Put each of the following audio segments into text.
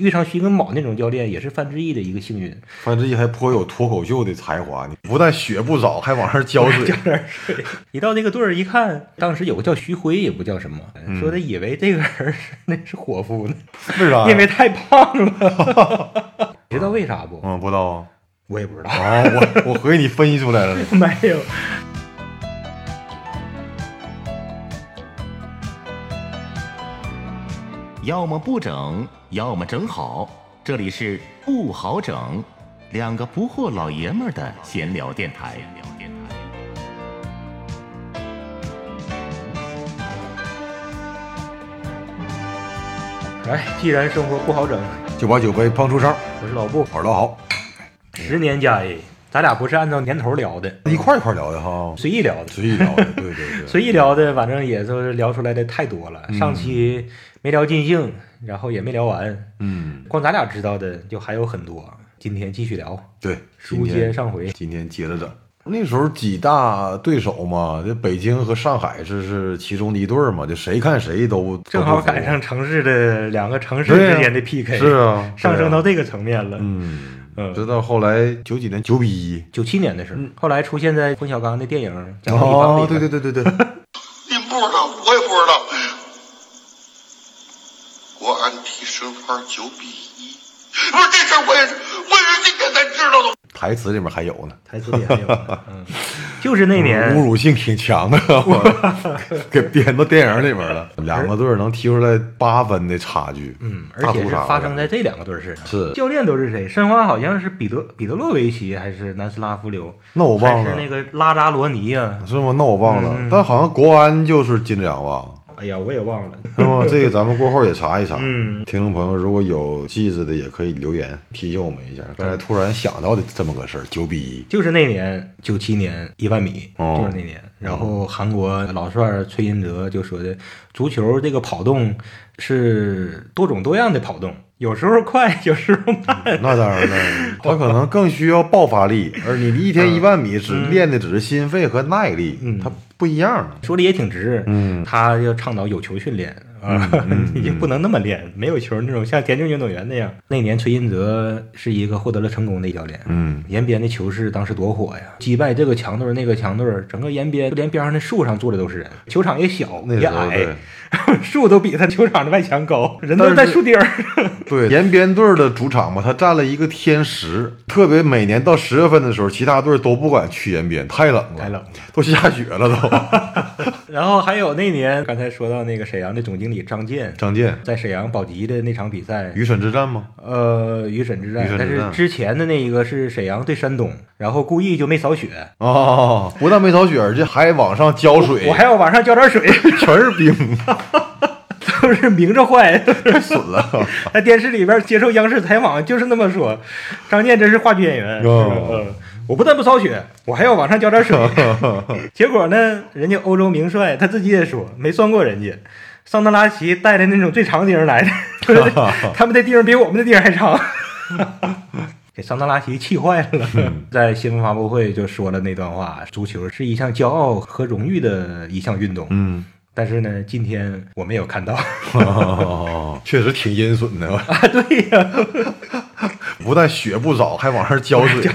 遇上徐根宝那种教练也是范志毅的一个幸运。范志毅还颇有脱口秀的才华，你不但血不少，还往上浇 水浇。点水。一到这个队儿一看，当时有个叫徐辉，也不叫什么，说他以为这个人是那是伙夫呢，为啥呀？因为太胖了。 你知道为啥不？嗯，不知道啊。我也不知道。 啊，我我合计你分析出来了呢。没有。要么不整，要么整好。这里是不好整，两个不惑老爷们儿的闲聊电台。哎，既然生活不好整，九八九杯胖出声，我是老布，耳朵好，十年加 A，咱俩不是按照年头聊的，一块一块聊的哈，随意聊的。随意聊的，对对 对，随意聊的，反正也就是聊出来的太多了。上期没聊尽兴，然后也没聊完，嗯，光咱俩知道的就还有很多。今天继续聊，对，书今接天上回。今天接着整。那时候几大对手嘛，这北京和上海这是其中的一对儿嘛，就谁看谁都 正好赶上城市的两个城市对啊之间的 PK，、是啊， 上升到对啊这个层面了。嗯，嗯，直到后来九几年九比一，九七年的事儿，后来出现在冯小刚的电影《在后一方哦里，对对对对对，你们不知道，我也不知道。国安踢申花九比一，不是这事儿我也是，我也是今天才知道的。台词里面还有呢，台词里也有。 嗯，就是那年侮辱性挺强的， 给编到电影里面了。两个队儿能踢出来八分的差距，嗯，而大且屠是杀发生在这两个队儿身上。是教练都是谁？申花好像是彼得彼得洛维奇还是南斯拉夫流？那我忘还了是那个拉扎罗尼啊呀、是吗？那我忘了，嗯但好像国安就是金良 吧，哎呀，我也忘了。是吗？这个咱们过后也查一查。嗯，听众朋友，如果有记着的，也可以留言提醒我们一嗯下。刚才突然想到的这么个事儿，九 比一，就是那年九七年一万米，哦就是那年。然后韩国老帅儿崔银哲就说的，足球这个跑动是多种多样的跑动，有时候快，有时候慢。那当然了，他可能更需要爆发力，而你一天一万米只练的只是心肺和耐力，嗯它不一样。说的也挺直，嗯他要倡导有球训练啊， 你就不能那么练，没有球那种像田径运动员那样。那年崔银泽是一个获得了成功的教练。嗯，延边的球市当时多火呀！击败这个强队儿那个强队儿，整个延边就连边上的树上坐的都是人，球场也小那也时候对矮，树都比他球场的外墙高，人都在但是树顶儿。对，延边队儿的主场嘛，他占了一个天时，特别每年到十月份的时候，其他队儿都不敢去延边，太冷了，太冷了，都下雪了都。然后还有那年刚才说到那个沈阳的总经理张健，张健，在沈阳保级的那场比赛，鱼沈之战吗？呃，雨审之战雨，审但之是战之前的那一个是沈阳对山东，然后故意就没扫雪，哦，不但没扫雪，而且还往上浇水，我还要往上浇点水， 全是冰，就是明着坏。太损了。 在电视里边接受央视采访就是那么说，张健真是话剧演员。哦嗯，我不但不扫雪，我还要往上浇点水。结果呢，人家欧洲名帅他自己也说没算过人家。桑德拉奇带的那种最长钉来的， 他们的钉比我们的钉还长， 给桑德拉奇气坏了。嗯在新闻发布会就说了那段话：足球是一项骄傲和荣誉的一项运动。嗯，但是呢，今天我没有看到。 哦 确实挺阴损的，对呀、 不但雪不少，还往上浇水。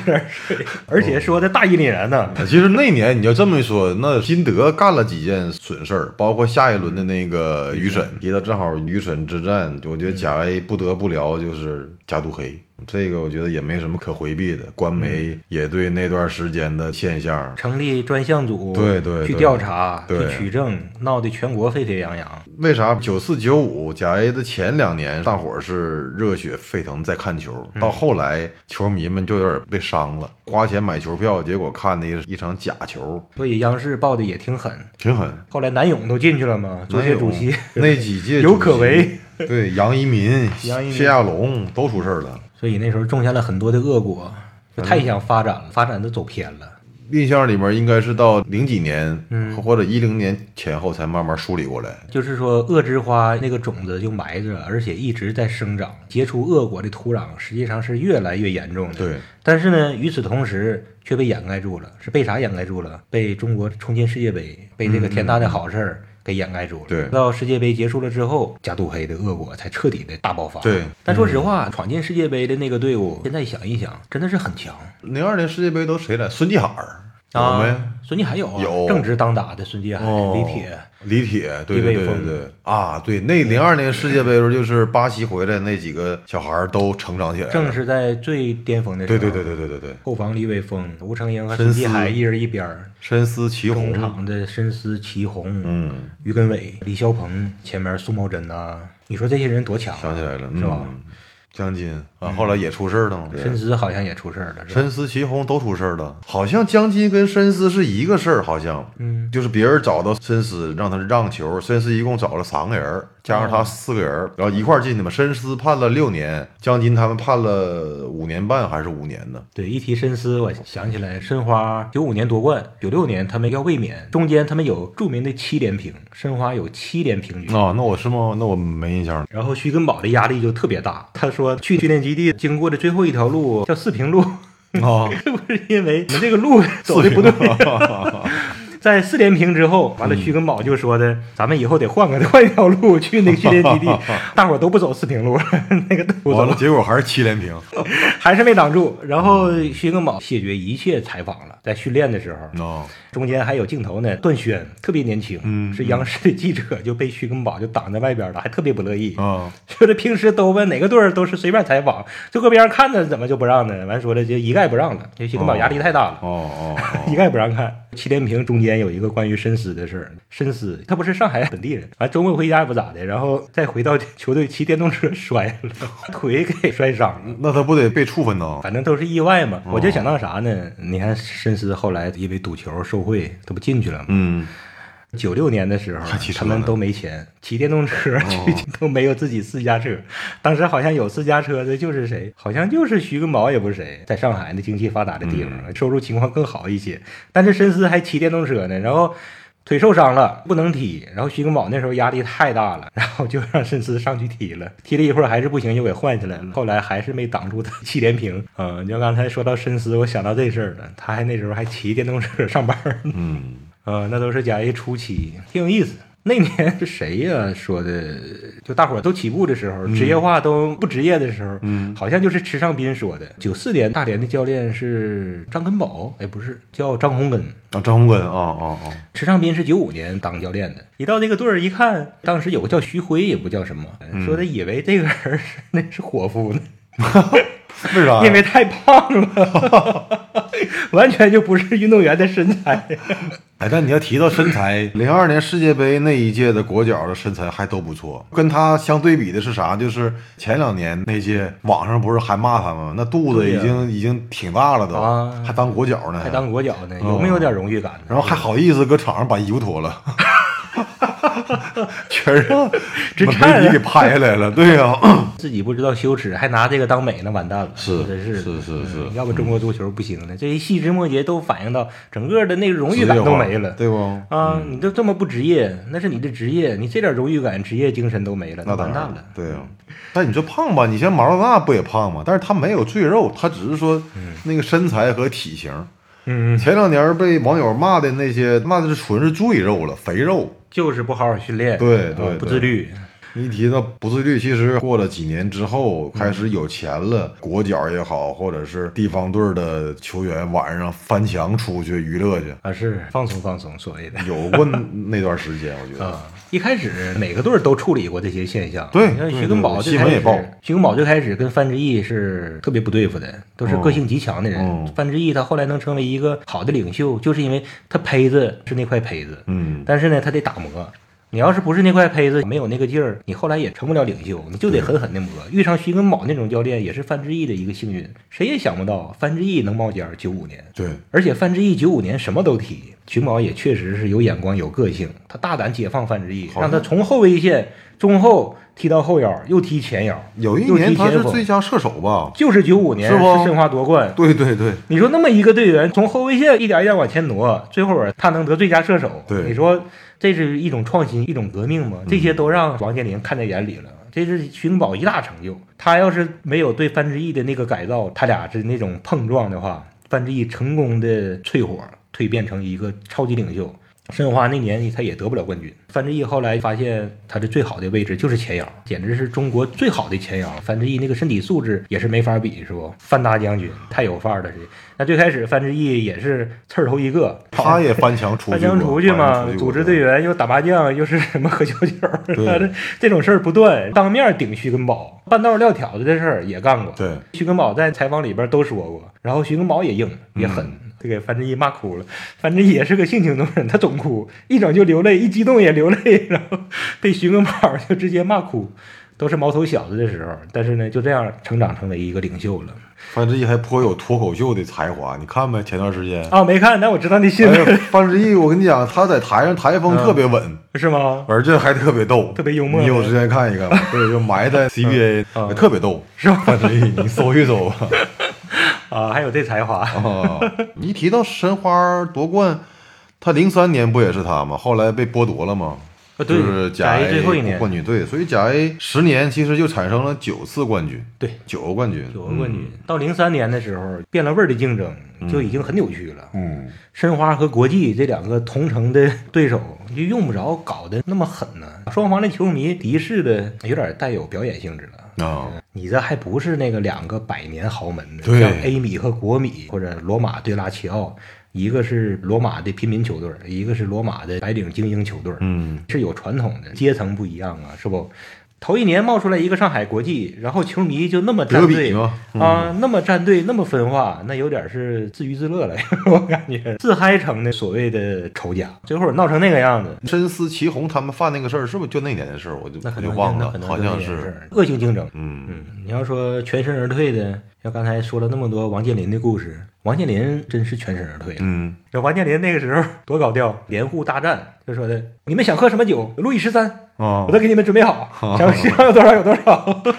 而且说的大义凛然呢。 其实那年你要这么一说，那金德干了几件损事儿，包括下一轮的那个雨嗯审，提到正好雨审之战，我觉得贾 A 不得不聊就是加杜黑，这个我觉得也没什么可回避的。官媒也对那段时间的现象，成立专项组，对对对去调查，对去取证，闹得全国沸沸扬扬。为啥九四九五贾 A 的前两年，大伙儿是热血沸腾在看球，到后来球迷们就有点被伤了，花钱买球票，结果看的一场假球，所以央视报的也挺狠。挺狠。后来南勇都进去了嘛，足没协有主席，那几 届有主席可为，对杨一民、 杨一民谢亚龙都出事儿了。所以那时候种下了很多的恶果，就太想发展了，发展都走偏了。印象里面应该是到零几年、嗯或者一零年前后才慢慢梳理过来。就是说，恶之花那个种子就埋着，而且一直在生长，结出恶果的土壤实际上是越来越严重的。对，但是呢，与此同时却被掩盖住了，是被啥掩盖住了？被中国冲进世界杯，被这个天大的好事儿给掩盖住了。对到世界杯结束了之后，加杜黑的恶果才彻底的大爆发。对但说实话，闯进世界杯的那个队伍，现在想一想，真的是很强。零二年世界杯都谁来？孙继海儿，啊我们孙继海有啊，嗯有正值当打的孙继海、哦李铁，李铁，对李对卫对对峰对啊，对，那零二年世界杯的时候，就是巴西回来那几个小孩儿都成长起来了，正是在最巅峰的时对候。对对对对对对，后防李玮峰、吴成英和深孙思继海一人一边儿，深思祁中宏，场的深思、祁宏、嗯，于根伟、李霄鹏，前面苏茂贞呐、你说这些人多强、啊？想起来了，是吧？嗯嗯？江津啊，后来也出事儿了嘛，深思好像也出事儿了，是吧？深思、祁宏都出事儿了，好像江津跟深思是一个事儿，好像，嗯，就是别人找到深思让他让球，深思一共找了三个人儿，加上他四个人儿，然后一块儿进的嘛。深思判了六年，江津他们判了五年半还是五年呢？对，一提深思，我想起来申花九五年夺冠，九六年他们要卫冕，中间他们有著名的七连平，申花有七连平局。啊，那我是吗？那我没印象 了。然后徐根宝的压力就特别大，他说去训练基地经过的最后一条路叫四平路，啊， 是不是因为我们这个 路走的不对？在四连平之后，嗯完了，徐根宝就说的，咱们以后得换个 换一条路去那个训练基 地，大伙儿都不走四平路了，那个路走完了，结果还是七连平。还是没挡住。然后徐根宝谢绝一切采访了，在训练的时候，啊，中间还有镜头呢，段暄特别年轻，嗯是央视的记者，就被徐根宝就挡在外边了，还特别不乐意，啊，说这平时都问哪个队儿都是随便采访，就搁边上看着怎么就不让呢？完说了就一概不让了，这徐根宝压力太大了。哦哦一哦，概不让看。祁连平中间有一个关于深思的事儿，深思他不是上海本地人，完周末回家也不咋的，然后再回到球队骑电动车摔了，腿给摔伤了。那他不得被处分呢？反正都是意外嘛，我就想到啥呢？你看深思后来因为赌球受贿，他不进去了吗？嗯，九六年的时候还骑，车他呢们都没钱，骑电动车 去，都没有自己私家车。当时好像有私家车的就是谁，好像就是徐根宝，也不是谁，在上海那经济发达的地方，收入情况更好一些。但是深思还骑电动车呢，然后。腿受伤了，不能踢。然后徐根宝那时候压力太大了，然后就让深思上去踢了。踢了一会儿还是不行，又给换下来了。后来还是没挡住他 七连平。嗯，你就刚才说到深思，我想到这事儿了。他还那时候还骑电动车上班呢。嗯，呃，那都是甲 A 初期，挺有意思。那年是谁呀、说的？就大伙儿都起步的时候，职业化都不职业的时候，嗯，好像就是池尚斌说的。九四年大连的教练是张根宝，哎，不是，叫张洪根。啊，张洪根，啊啊啊，池尚斌是九五年当教练的，一到这个队儿一看，当时有个叫徐辉，也不叫什么，说的以为这个人是那是伙夫呢，为啥呀？因为太胖了， 完全就不是运动员的身材。哎，但你要提到身材，零二年世界杯那一届的国脚的身材还都不错。跟他相对比的是啥？就是前两年那届，网上不是还骂他们吗？那肚子已经、已经挺大了都，啊还当国脚呢，还当国脚呢，有没有点荣誉感呢？然后还好意思搁场上把衣服脱了， 全让直媒颤体给拍下来了。对呀、自己不知道羞耻，还拿这个当美，那完蛋了。是真是是是嗯是要不中国足球不行了。这些细枝末节都反映到整个的那个荣职誉业感都化没了。对嗯不？啊，你都这么不职业，那是你的职业，你这点荣誉感、职业精神都没了，那当完然蛋了。对呀、嗯但你说胖吧，你像马拉多纳啊不也胖吗？但是他没有赘肉，他只是说那个身材和体型。嗯，前两年被网友骂的那些，骂的是纯是赘肉了，肥肉。就是不好好训练，啊对对对不自律。一提到不自律，其实过了几年之后，开始有钱了，嗯国脚也好，或者是地方队的球员，晚上翻墙出去娱乐去，啊，是放松放松，所谓的。有过那段时间，我觉得。 啊，一开始每个队儿都处理过这些现象。对你看对徐根宝对最开新闻也始报，徐根宝最开始跟范志毅是特别不对付的，都是个性极强的人。嗯嗯范志毅他后来能成为一个好的领袖，就是因为他胚子是那块胚子，嗯，但是呢，他得打磨。你要是不是那块胚子，没有那个劲儿，你后来也成不了领袖，你就得狠狠的磨。遇上徐根宝那种教练，也是范志毅的一个幸运，谁也想不到范志毅能冒尖儿。九五年，对，而且范志毅九五年什么都踢，寻宝也确实是有眼光、有个性，他大胆解放范志毅，好让他从后卫线中后踢到后腰，又踢前腰，有一又年踢他前是锋最，佳射手吧？就是九五年是不申花夺冠。对对对，你说那么一个队员从后卫线一点一点往前挪，最后他能得最佳射手，对嗯你说这是一种创新、一种革命吗？这些都让王健林看在眼里了。这是寻宝一大成就，他要是没有对范志毅的那个改造，他俩是那种碰撞的话，范志毅成功的淬火，蜕变成一个超级领袖。申花那年他也得不了冠军。范志毅后来发现他的最好的位置就是前腰，简直是中国最好的前腰。范志毅那个身体素质也是没法比，是不？范大将军太有范儿了，这。那最开始范志毅也是刺儿头一个，他也翻墙出翻去过，墙出去翻墙嘛出，过组织队员又打麻将，又是什么喝小酒，对他这这种事儿不 断，当面顶徐根宝，半道撂挑子的事儿也干过。对，徐根宝在采访里边都说过，然后徐根宝也硬也狠，这给范志毅骂哭了。范志毅也是个性情中人，他总哭，一整就流泪，一激动也流泪， 然后被徐根宝就直接骂哭。都是毛头小子的时候，但是呢，就这样成长成为一个领袖了。范志毅还颇有脱口秀的才华，你看没？前段时间，啊，没看，但我知道那新哎闻、呀，范志毅，我跟你讲，他在台上台风特别稳， 是吗？而且还特别逗，特别幽默你有时间看一看 吧，对，就埋在 CBA，、嗯特别逗，是吗范志毅，你搜一搜 吧。啊，还有这才华。啊，你一提到申花夺冠，他零三年不也是他吗？后来被剥夺了吗？啊对就是甲 A 最后一年冠军，对，所以甲 A 十年其实就产生了九次冠军，对，九个冠军，九个冠军嗯。到零三年的时候，变了味儿的竞争就已经很扭曲了。嗯，申花和国际这两个同城的对手，就用不着搞得那么狠呢、双方的球迷敌视的有点带有表演性质了。啊，你这还不是那个两个百年豪门呢，对像 A 米和国米或者罗马对拉齐奥，一个是罗马的平民球队，一个是罗马的白领精英球队。嗯，是有传统的，阶层不一样啊，是不？头一年冒出来一个上海国际，然后球迷就那么站德比队吗嗯啊，那么站队，那么分化，那有点是自娱自乐了， 我感觉自嗨成的所谓的仇家，最后闹成那个样子，深思齐红他们犯那个事儿，是不是就那年的事儿？我就那我可就能忘那了可，能好就那像件是，事恶性竞争。嗯，嗯，你要说全身而退的，像刚才说了那么多王健林的故事，王健林真是全身而退了。啊嗯，这王健林那个时候多高调，连户大战就说的，你们想喝什么酒，路易十三，啊我，都给你们准备哦好，想希望有多少有多少。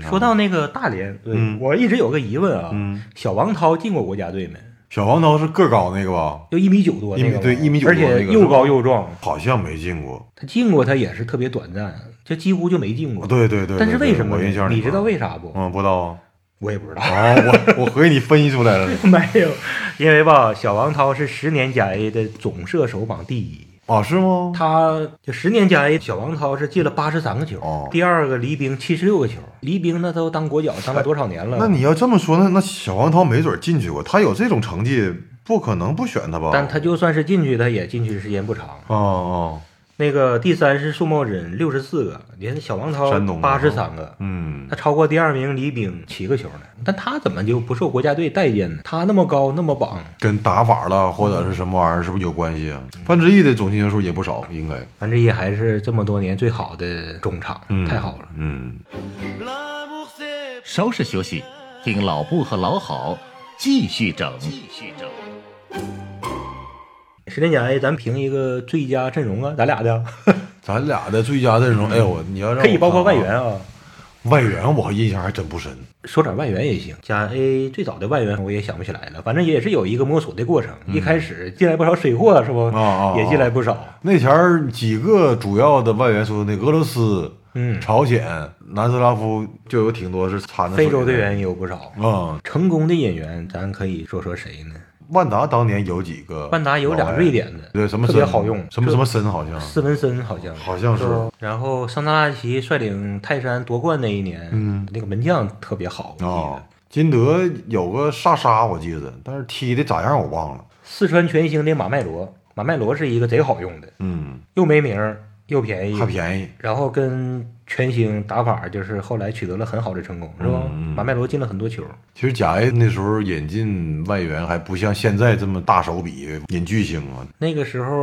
说到那个大连，嗯我一直有个疑问啊，嗯小王涛进过国家队没？小黄刀是个高那个吧？就一米九多一那米个吗，对一米九多而那且个又高又壮。好像没进过，他进过，他也是特别短暂，就几乎就没进过。哦对对对。但是对为对什么我呢印象？里你知道面为啥不？嗯，不知道啊。我也不知道。 哦，我 我合计你分析出来了没有，因为吧，小王涛是十年甲 A 的总射手榜第一，啊？是吗？他就十年甲 A，小王涛是进了八十三个球，哦第二个黎兵七十六个球，黎兵那都当国脚当了多少年了？那你要这么说，那那小黄涛没准儿进去过，他有这种成绩，不可能不选他吧？但他就算是进去，他也进去时间不长。哦哦，那个第三是宋茂珍，六十四个，连小王涛山东的八十三个，嗯他超过第二名李炳七个球呢。但他怎么就不受国家队待见呢？他那么高，那么棒，跟打法了或者是什么玩意儿，是不是有关系啊？范志毅的总进球数也不少，应该。反正也还是这么多年最好的中场，嗯，太好了。嗯，稍事休息，听老布和老好继续整。继续整。十年甲 A，咱评一个最佳阵容啊，咱俩 的咱俩的最佳阵容，哎呦，我你要让嗯可以我包括看外啊援，啊，外援我印象还真不深。说点外援也行。甲 A 最早的外援我也想不起来了，反正也是有一个摸索的过程。一开始进来不少水货是不嗯哦哦？也进来不少。那前儿几个主要的外援说那俄罗斯、嗯朝鲜、南斯拉夫就有挺多是掺着非洲队水的员也有不少。嗯，成功的演员，咱可以说说谁呢？万达当年有几个，万达有俩瑞典的，对什么特别森好用，什么就什么森好像斯文森好像好像是吧然后桑德拉奇率领泰山夺冠那一年，嗯，那个门将特别好，我记哦得。，金德有个萨沙我记得，但是踢的咋样我忘了。四川全兴的马麦罗，马麦罗是一个贼好用的，嗯，又没名儿又便宜，还便宜。然后跟全兴打法就是后来取得了很好的成功，是吧？嗯嗯马麦罗进了很多球，其实甲 A 那时候引进外援还不像现在这么大手笔引巨星啊。那个时候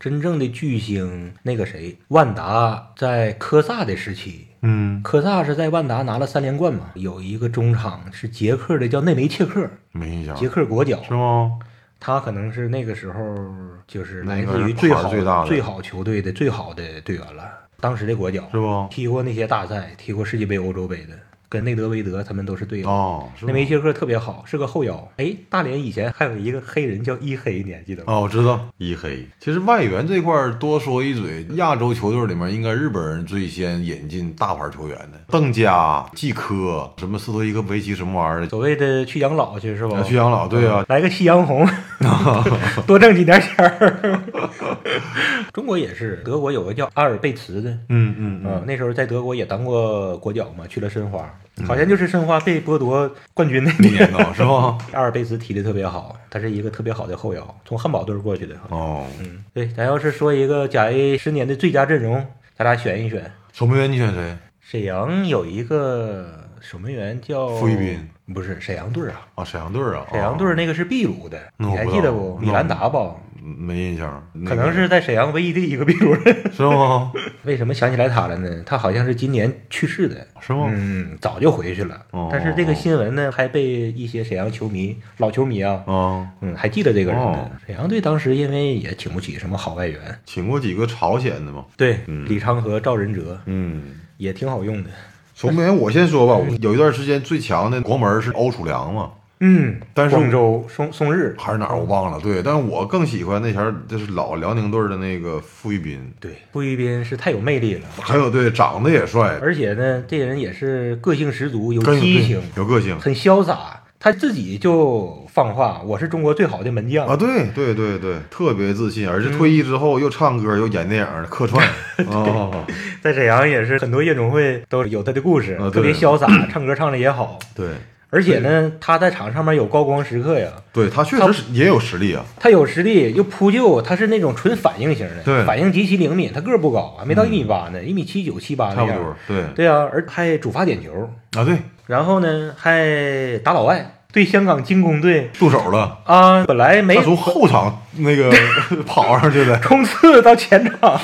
真正的巨星，那个谁，万达在科萨的时期，嗯，科萨是在万达拿了三连冠嘛？有一个中场是捷克的，叫内梅切克，没印象捷克国脚，是吗？他可能是那个时候就是那来应该自是于最牌儿好最大的好球队的最好的队员了，当时的国脚是不？踢过那些大赛，踢过世界杯、欧洲杯的，跟内德维德他们都是队友。哦，是内吗梅切克特别好，是个后腰。哎，大连以前还有一个黑人叫伊黑，你还记得吗？哦，我知道一黑。其实外援这块儿多说一嘴，亚洲球队里面应该日本人最先引进大牌球员的，邓加、季科，什么斯托伊科维奇什么玩意儿的，所谓的去养老去是吧？去养老，对啊， 来个夕阳红，多挣几年钱儿。中国也是，德国有个叫阿尔贝茨的，嗯嗯嗯嗯，，那时候在德国也当过国脚嘛，去了申花，好像就是申花被剥夺冠军那那年。年 呢是吧？阿尔贝茨踢得特别好，他是一个特别好的后腰，从汉堡队过去的。哦，嗯，对，咱要是说一个甲 A 十年的最佳阵容，咱俩选一选。守门员你选谁？沈阳有一个守门员叫傅玉斌，不是沈阳队啊，啊，沈阳队啊，沈阳队那个是秘鲁的，那你我还不记知得道不？那米我兰不达吧，哦没印象，那可个能是在沈阳唯一的一个秘鲁人。是吗？ 为什么想起来他了呢？他好像是今年去世的，是吗？嗯，早就回去了哦。但是这个新闻呢，还被一些沈阳球迷、老球迷啊，啊，嗯，还记得这个人哦呢。沈阳队当时因为也请不起什么好外援，请过几个朝鲜的嘛？对，嗯李昌和赵仁哲嗯，也挺好用的。守门员我先说吧，我有一段时间最强的国门是欧楚良嘛，嗯，但是广州松松日，还是哪儿我忘了。对，但是我更喜欢那前儿就是老辽宁队的那个傅玉斌，对，傅玉斌是太有魅力了，还有对长得也帅，而且呢，这人也是个性十足，有更有激情，有个性很潇洒。他自己就放话：“我是中国最好的门将。啊！对对对对，特别自信，而且退役之后又唱歌又演电影 客串啊，在沈阳也是很多夜总会都有他的故事，啊对特别潇洒，唱歌唱的也好。对而且呢，他在场上面有高光时刻呀，对，他确实是也有实力啊。他有实力又扑救，他是那种纯反应型的，对嗯反应极其灵敏。他个儿不高，啊还没到一米八呢，一米七九七八差那不样。多，对对啊，而还主罚点球，啊，对，然后呢还打老外，对香港精工队动手了，啊，本来没他从后场那个 跑上去的， 冲刺到前场，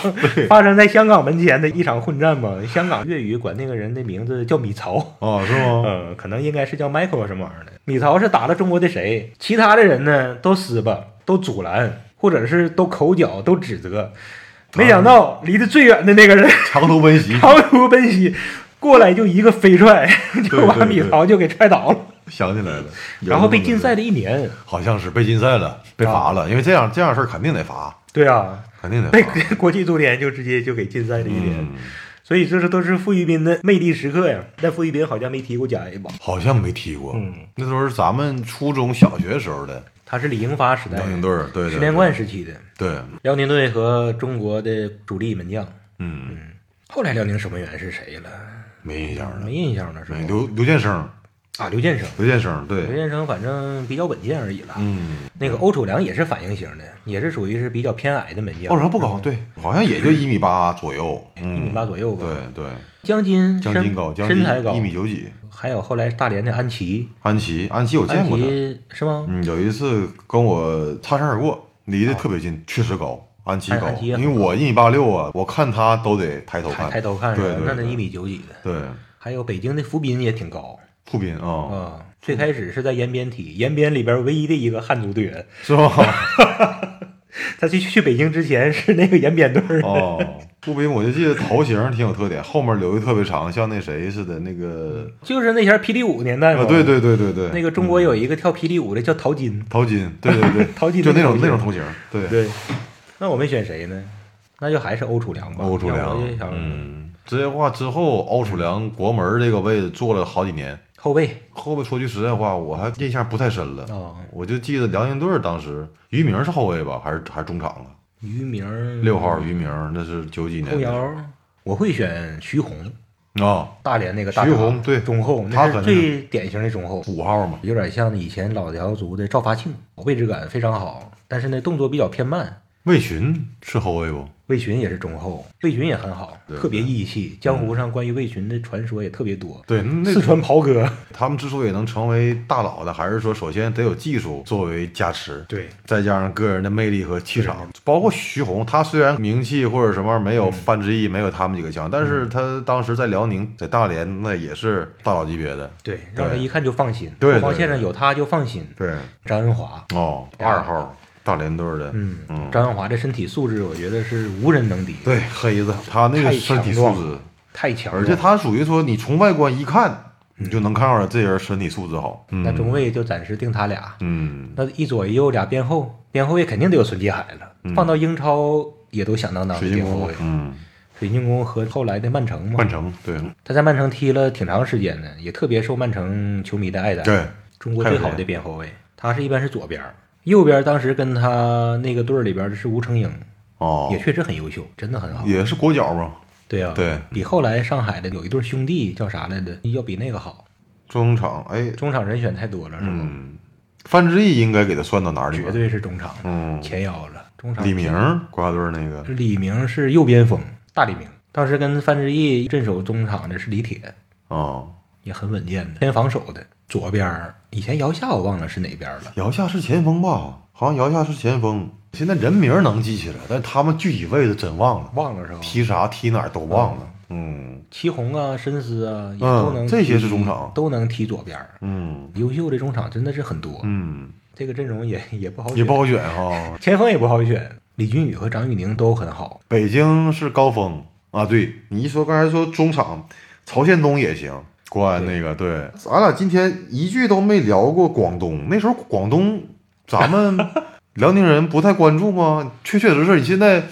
发生在香港门前的一场混战嘛。香港粤语管那个人的名字叫米曹，哦，是吗？嗯，可能应该是叫 Michael 什么玩意儿的。米曹是打了中国的谁？其他的人呢都撕巴，都阻拦，或者是都口角，都指责。没啊想到离得最远的那个人 长途奔袭，长途奔袭过来，就一个飞踹， 对就把米曹就给踹倒了，想起来了，有嗯然后被那么个禁赛啊了一年。好像是被禁赛了，被罚了，因为这样这样事儿肯定得罚，对啊，肯定 得被罚。国际足联就直接就给禁赛了一年。嗯，所以这是都是傅玉斌的魅力时刻呀。但傅玉斌好像没踢过甲 A 吧？好像没踢过，嗯，那都是咱们初中小学时候的他是李英发时代辽宁队儿，对对，哎十连冠时期的对，嗯对辽宁队和中国的主力门将。嗯，后来辽宁守门员是谁了？没印象了没，印象了，是吧没？哎刘刘建生，啊，刘建生。刘建生，刘对，建生反正比较稳健而已了。嗯，那个欧楚良也是反应型的，也是属于是比较偏矮的门将，奥哦然不高，对，好像也就一米八左右，一一米八左右吧。对嗯对，江津将身近高，将近身材高一，米九几。还有后来大连的安琪，安琪，安琪我见安过他，琪是吗？嗯，有一次跟我擦身而过，离得特别近，确实高，安琪哎高，哦安琪也因很为我一米八六啊，我看他都得抬头抬看，抬头看是吧对对那得对一米九几的。对，还有北京的福斌也挺高库宾啊、啊，最开始是在延边踢，延边里边唯一的一个汉族队员。是吧？他去去北京之前是那个延边队儿的。哦，库宾，我就记得头型挺有特点，后面留的特别长，像那谁似的，那个就是那前儿霹雳舞年代嘛、啊，对，嗯对对对对，那个中国有一个跳霹雳舞的叫陶金。淘金，对对 对，淘金就那那种种那种头型，对，对，那我们选谁呢？那就还是欧楚良吧。欧楚要良不我就，想嗯，职业化之后，欧楚良国门这个位置坐了好几年，后卫后卫说句实在话，我还印象不太深了。哦我就记得辽宁队儿当时于明是后卫吧，还是还是中场啊？于明儿六号于明，那是九几年后的腰儿，我会选徐宏，啊，大连那个大徐闸宏对中后，他那是很最典型的中后。五号嘛。有点像以前老辽族的赵发庆，位置感非常好，但是呢动作比较偏慢。魏群是后卫不？魏群也是中后，魏群也很好，对特别义气。江湖上关于魏群的传说也特别多，对，那四川袍哥，他们之所以能成为大佬的，还是说首先得有技术作为加持，对，再加上个人的魅力和气场。包括徐宏，他虽然名气或者什么没嗯有范志毅、没有他们几个强，但是他当时在辽宁、在大连那也是大佬级别的。对，让他一看就放心。对后防对线上对有他就放心。对，张恩华，哦，二号大连队儿的，啊嗯，嗯，张恩华这身体素质，我觉得是无人能敌，对，黑子他那个太身体强素壮质，太强了。而且他属于说你从外观一看，你嗯就能看出来这人身体素质好。那中嗯卫就暂时定他俩，嗯，那一左一右俩边后，边后卫肯定得有孙继海了，放到英超也都响当当的嗯水晶边后宫卫，。嗯，水晶宫和后来的曼城嘛曼，城对他在曼城踢了挺长时间的，也特别受曼城球迷的爱戴。对，中国最好的边后卫，他是一般是左边儿，右边当时跟他那个队儿里边的是吴成英，哦，也确实很优秀，真的很好。也是国脚嘛，对啊，对比后来上海的有一对兄弟叫啥来着，要比那个好。中场，哎，中场人选太多了，是吧？嗯，范志毅应该给他算到哪里绝了？对是中场、嗯，前腰了。中场李明国家队儿那个，李明是右边锋，大李明。当时跟范志毅镇守中场的是李铁，哦，也很稳健的，偏防守的。左边儿以前姚夏我忘了是哪边了，姚夏是前锋吧？好像姚夏是前锋，现在人名儿能记起来，但他们具体位置真忘了，忘了是吧？踢啥踢哪儿都忘了。嗯祁宏啊、申思啊，也都能、嗯这些是中场都能踢左边儿。嗯优秀的中场真的是很多，嗯，这个阵容也也不好选，也不好选哈。前锋也不好选。李俊宇和张玉宁都很好，北京是高峰啊，对你一说刚才说中场，曹宪东也行。国安那个对，咱俩今天一句都没聊过广东。那时候广东咱 们辽宁人不太关注吗？确确实实，你现在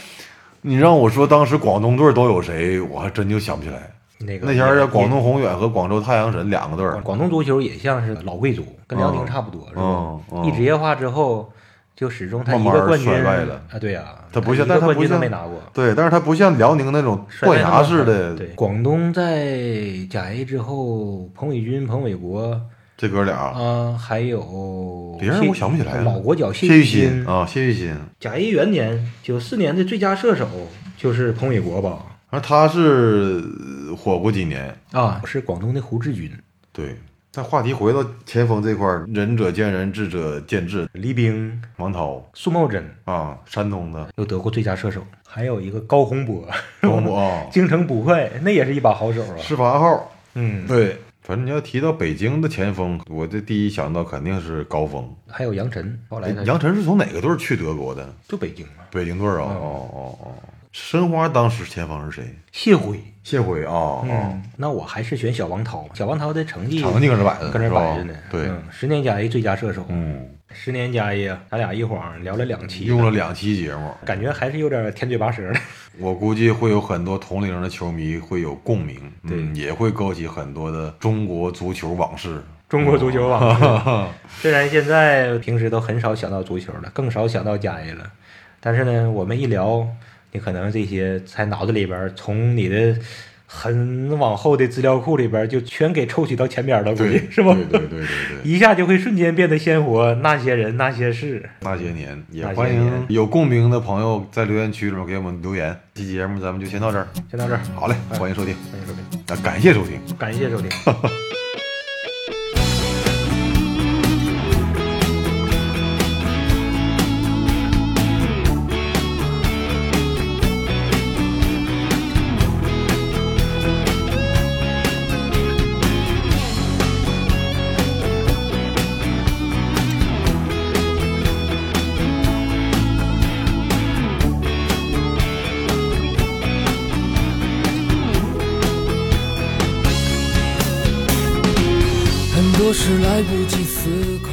你让我说当时广东队都有谁，我还真就想不起来。那个那前儿叫广东宏远和广州太阳神两个队广儿，哦广东足球也像是老贵族，跟辽宁差不多，是吧嗯？嗯一职业化之后，就始终他一慢慢个冠军衰败了啊，对呀，他不像一个但他冠不军都像没拿过，对，但是他不像辽宁那种衰败断得崖式那么快对的，广东在甲 A 之后，彭伟军、彭伟国这哥俩，啊，还有别人谢我想不起来了老国脚谢玉玉新啊，谢玉新，甲 A 元年九四年的最佳射手就是彭伟国吧？而他是呃火过几年，啊，是广东的胡志军、对。但话题回到前锋这块儿，仁者见仁，智者见智。黎兵、王涛苏茂贞啊，山东的又得过最佳射手，还有一个高洪波。高木啊，京城捕快，那也是一把好手啊。十八号，嗯，对。反正你要提到北京的前锋，我这第一想到肯定是高峰。还有杨晨，后来哎他杨晨是从哪个队儿去德国的？就北京嘛。北京队儿啊，嗯哦哦哦，申花当时前锋是谁？谢辉，谢辉啊，哦，嗯，那我还是选小王涛。小王涛的成绩成绩搁这摆着呢，跟这是吧摆着呢。对，嗯，十年甲 A 最佳射手，嗯，十年甲 A 啊，咱俩一晃聊了两期，用了两期节目，感觉还是有点舔嘴巴舌的。我估计会有很多同龄的球迷会有共鸣，嗯，也会勾起很多的中国足球往事。中国足球 网，虽然现在平时都很少想到足球了，更少想到甲 A 了，但是呢，我们一聊，你可能这些在脑子里边儿从你的很往后的资料库里边儿就全给抽取到前边儿了，估计对，是吧对？对对对对，一下就会瞬间变得鲜活，那些人那些事，那些年也那些欢迎年有共鸣的朋友在留言区里面给我们留言。这期节目咱们就先到这儿，先到这儿，好嘞，欢迎收听，欢迎收听，啊，感谢收听。感谢收听。很多事来不及思考。